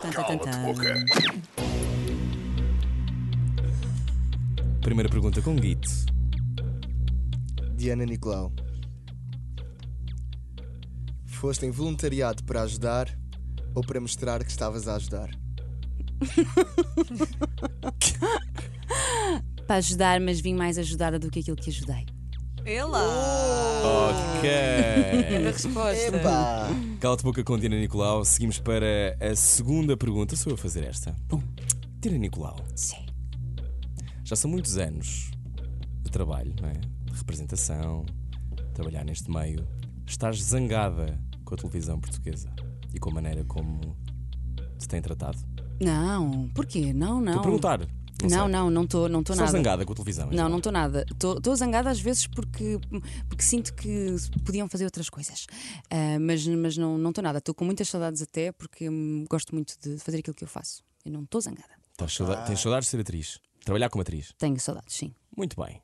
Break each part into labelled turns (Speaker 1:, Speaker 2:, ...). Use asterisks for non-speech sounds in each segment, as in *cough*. Speaker 1: Tan, tan, tan.
Speaker 2: Primeira pergunta com Git.
Speaker 3: Diana Nicolau. Foste em voluntariado para ajudar ou para mostrar que estavas a ajudar?
Speaker 1: Para ajudar, mas vim mais ajudada do que aquilo que ajudei.
Speaker 4: Ela!
Speaker 2: Ok.
Speaker 4: A é resposta.
Speaker 3: Epá!
Speaker 2: Cala-te boca com Diana Nicolau. Seguimos para a segunda pergunta. Sou eu a fazer esta. Diana Nicolau,
Speaker 1: Sim.
Speaker 2: já são muitos anos de trabalho, não é? De representação, trabalhar neste meio. Estás zangada com a televisão portuguesa e com a maneira como se tem tratado?
Speaker 1: Não, porquê? Não, não.
Speaker 2: Estou a perguntar. Não, sei.
Speaker 1: Não, não, não estou, não estou
Speaker 2: Estás
Speaker 1: nada.
Speaker 2: zangada com a televisão? é em
Speaker 1: Não,
Speaker 2: geral?
Speaker 1: não estou nada. Estou zangada às vezes porque, porque sinto que podiam fazer outras coisas. Ah, mas, mas não estou nada. Estou com muitas saudades até porque hum, gosto muito de fazer aquilo que eu faço. Eu não estou zangada.
Speaker 2: Tens sauda- Tens saudades de ser atriz? Trabalhar como atriz?
Speaker 1: Tenho saudades, sim.
Speaker 2: Muito bem.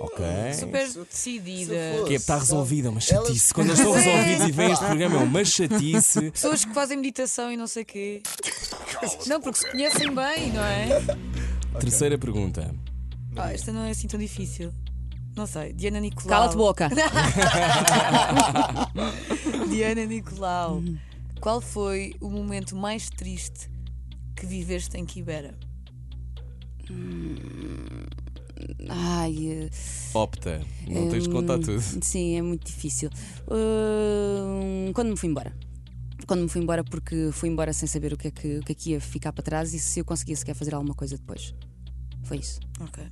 Speaker 2: Ok.
Speaker 4: Super decidida.
Speaker 2: Que está resolvida, é uma
Speaker 3: Ela-
Speaker 2: chatice. Quando eles estão resolvidos e vem este programa, é uma chatice.
Speaker 4: Pessoas que fazem meditação e não sei quê. Não, porque se conhecem bem, não é?
Speaker 2: Terceira pergunta.
Speaker 4: Ah, esta não é assim tão difícil. Não sei. Diana Nicolau.
Speaker 1: Cala-te boca!
Speaker 4: Diana Nicolau. Qual foi o momento mais triste que viveste em Quibera?
Speaker 1: Ai, eh,
Speaker 2: Opta. Não tens de contar tudo.
Speaker 1: Hum, sim, é muito difícil. Hum, quando me fui embora. Quando me fui embora, porque fui embora sem saber o que é que, o que, é que ia ficar para trás e se eu conseguia sequer fazer alguma coisa depois. Foi isso.
Speaker 4: Ok.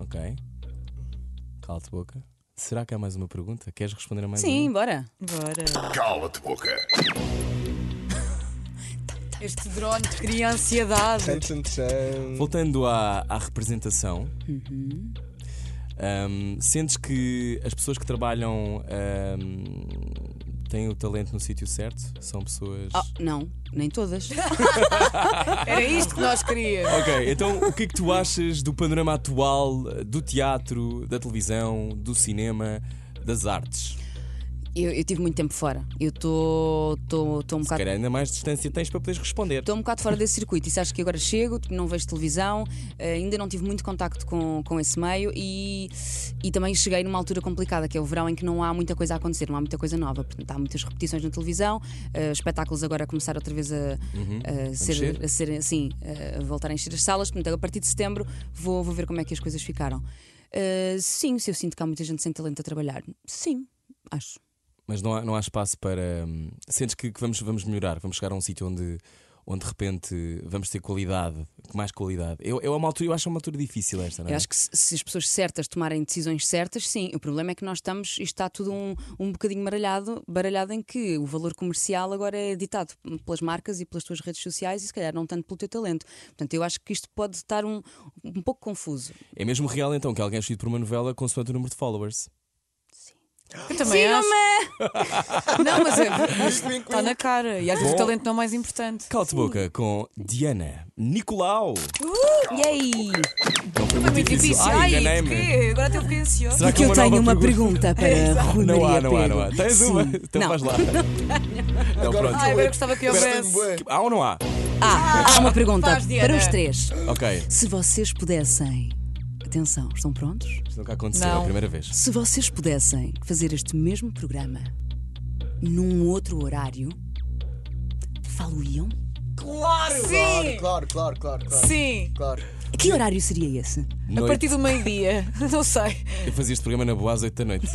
Speaker 2: Ok. Cala-te boca. Será que há mais uma pergunta? Queres responder a mais
Speaker 1: Sim,
Speaker 2: uma?
Speaker 1: bora.
Speaker 4: Bora. Cala-te boca. Este drone te cria ansiedade.
Speaker 3: Tan, tan, tan.
Speaker 2: Voltando à, à representação, ahm, sentes que as pessoas que trabalham ahm, têm o talento no sítio certo? São pessoas.
Speaker 1: Oh, não, nem
Speaker 2: *laughs*
Speaker 1: todas.
Speaker 4: Era isto que nós queríamos.
Speaker 2: Ok, então o que é que tu achas do panorama atual eh, do teatro, da televisão, do cinema, das artes?
Speaker 1: Eu, eu tive muito tempo fora. Eu estou um
Speaker 2: Se
Speaker 1: bocado.
Speaker 2: calhar ainda mais distância tens para poderes responder.
Speaker 1: Estou um bocado fora desse circuito e sabes que agora chego, não vejo televisão, eh, ainda não tive muito contacto com, com esse meio e, e também cheguei numa altura complicada, que é o verão em que não há muita coisa a acontecer, não há muita coisa nova. Portanto, há muitas repetições na televisão, eh, espetáculos agora a começar outra vez a, a ser,
Speaker 2: mexer?
Speaker 1: a ser assim, a voltar a encher as salas. Portanto, a partir de setembro vou, vou ver como é que as coisas ficaram. Eh, sim, se eu sinto que há muita gente sem talento a trabalhar, sim, acho.
Speaker 2: Mas não há, não há espaço para. hum, Sentes que, que vamos, vamos melhorar, vamos chegar a um sítio onde, onde de repente vamos ter qualidade, mais qualidade. Eu, eu, é uma altura, eu acho uma altura difícil esta, não é?
Speaker 1: Eu acho que se, se as pessoas certas tomarem decisões certas, sim. O problema é que nós estamos, isto está tudo um, um bocadinho baralhado, baralhado em que o valor comercial agora é ditado pelas marcas e pelas tuas redes sociais e se calhar não tanto pelo teu talento. Portanto, eu acho que isto pode estar um, um pouco confuso.
Speaker 2: É mesmo real então que alguém é escrito por uma novela consoante o número de followers.
Speaker 4: Eu também acho. Não,
Speaker 1: *laughs*
Speaker 4: mas é,
Speaker 3: Wink,
Speaker 4: está na cara. E às vezes
Speaker 2: Bom.
Speaker 4: o talento não é o mais importante.
Speaker 2: Cala-te boca com Diana Nicolau.
Speaker 1: Uh, e aí?
Speaker 2: Não foi
Speaker 4: Foi muito difícil. Ai,
Speaker 2: enganei-me.
Speaker 4: porquê? Agora até fiquei ansiosa.
Speaker 2: Será que é uma nova
Speaker 1: pergunta para Rui
Speaker 2: É, Não há, não há, não há. Tens uma? Então
Speaker 1: não.
Speaker 2: vais
Speaker 4: *laughs*
Speaker 2: lá. Não,
Speaker 3: Agora
Speaker 2: pronto.
Speaker 4: Ai, agora gostava que
Speaker 3: Gostei
Speaker 4: houvesse.
Speaker 3: bué.
Speaker 2: Há ou não há?
Speaker 1: Ah, há uma pergunta
Speaker 4: Faz, Diana.
Speaker 1: para os três.
Speaker 2: Ok.
Speaker 1: Se vocês pudessem. Atenção, estão prontos?
Speaker 2: Isto nunca aconteceu, é
Speaker 4: Não.
Speaker 2: a primeira vez.
Speaker 1: Se vocês pudessem fazer este mesmo programa num outro horário, falo-iam?
Speaker 3: Claro!
Speaker 4: Sim.
Speaker 3: Claro, claro, claro, claro.
Speaker 4: Sim,
Speaker 3: Claro.
Speaker 1: Que horário seria esse?
Speaker 4: a
Speaker 2: Noite.
Speaker 4: partir do meio-dia. *laughs* Não sei.
Speaker 2: Eu fazia este programa na boa às 8 da
Speaker 4: *laughs*
Speaker 2: noite.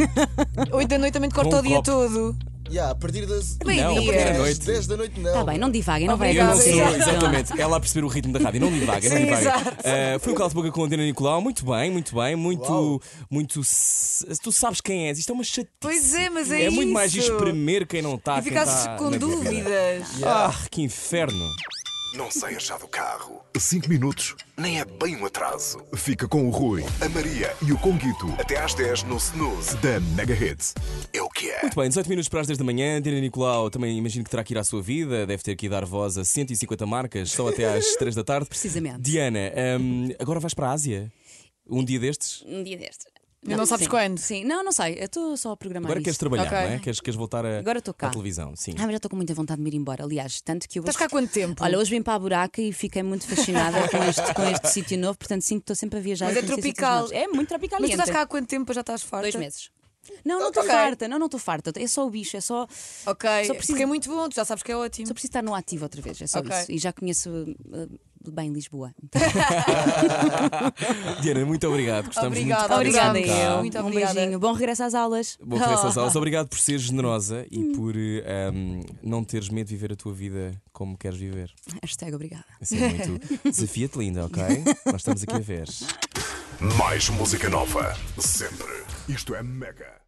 Speaker 4: Oito da noite também te corta
Speaker 2: Com um
Speaker 4: o dia
Speaker 2: copo.
Speaker 4: todo.
Speaker 3: Yeah, a partir das.
Speaker 4: Meio-dia.
Speaker 2: Não, a partir da noite.
Speaker 3: 10 da noite não.
Speaker 4: Tá
Speaker 1: Está Tá bem, não divaguem, não vai
Speaker 2: Eu não
Speaker 4: Obrigada.
Speaker 2: sou,
Speaker 1: acontecer.
Speaker 2: exatamente. Ela a perceber o ritmo da rádio. Não divaga, não
Speaker 4: Sim,
Speaker 2: divaga.
Speaker 4: exato.
Speaker 2: Ah, foi o Cala de Boca com a Dina Nicolau. Muito bem, muito bem. Muito.
Speaker 3: Uau.
Speaker 2: muito s- Tu sabes quem és. Isto é uma chatice.
Speaker 4: Pois é, mas é
Speaker 2: muito mais
Speaker 4: isso.
Speaker 2: espremer quem não está.
Speaker 4: E ficasses com dúvidas.
Speaker 2: Ah, que inferno.
Speaker 5: Não sai a chave do carro. Cinco minutos nem é bem um atraso. Fica com o Rui, a Maria e o Conguito até às 10 no snooze da Mega Hits. É o que é.
Speaker 2: Muito bem, 18 minutos para as 10 da manhã. Dina Nicolau também imagino que terá que ir à sua vida. Deve ter que ir dar voz a 150 marcas só até às 3 da tarde. hum,
Speaker 1: Precisamente.
Speaker 2: Diana, ahm, agora vais para a Ásia? Um dia destes?
Speaker 1: Um dia destes.
Speaker 4: Não sabes
Speaker 1: sim.
Speaker 4: quando?
Speaker 1: Sim, não, não sei. Eu estou só a programar.
Speaker 2: Agora queres
Speaker 1: isto.
Speaker 2: trabalhar,
Speaker 4: Ok.
Speaker 2: não é? Queres, queres voltar a,
Speaker 1: Agora estou cá.
Speaker 2: à televisão,
Speaker 1: *laughs*
Speaker 2: sim. *laughs*
Speaker 1: Ah, mas já estou com muita vontade de me ir embora. Aliás, tanto que eu
Speaker 4: Estás cá há quanto tempo?
Speaker 1: Olha, hoje vim para a buraca e fiquei muito fascinada com este, com
Speaker 4: *laughs*
Speaker 1: este sítio novo, portanto sinto que estou sempre a viajar.
Speaker 4: Mas
Speaker 1: e
Speaker 4: é
Speaker 1: conhecer sítios
Speaker 4: tropical.
Speaker 1: novos. É muito tropical.
Speaker 4: Ah, Mas
Speaker 1: e
Speaker 4: tu estás
Speaker 1: então-
Speaker 4: cá há quanto tempo? Já estás farta?
Speaker 1: Dois meses. Não, não estou
Speaker 4: Ok.
Speaker 1: farta, não, não estou farta. É só o bicho, é só.
Speaker 4: Ok,
Speaker 1: Só preciso-
Speaker 4: porque é muito bom, tu já sabes que é ótimo.
Speaker 1: Só preciso estar no ativo outra vez, é só
Speaker 4: Ok.
Speaker 1: isso. E já conheço uh, bem Lisboa.
Speaker 2: Diana, muito obrigado. Gostamos
Speaker 4: Obrigada,
Speaker 2: muito de ter
Speaker 4: obrigada
Speaker 2: cá.
Speaker 4: eu. Muito
Speaker 1: um
Speaker 4: obrigada.
Speaker 1: beijinho. Bom regresso às aulas.
Speaker 2: Bom regresso às aulas. Obrigado por seres generosa e por eh, um, não teres medo de viver a tua vida como queres viver.
Speaker 1: Hashtag obrigada.
Speaker 2: Assim é muito. Desafia-te, linda, ok? Nós estamos aqui a ver.
Speaker 5: Mais música nova. Sempre. Isto é Mega.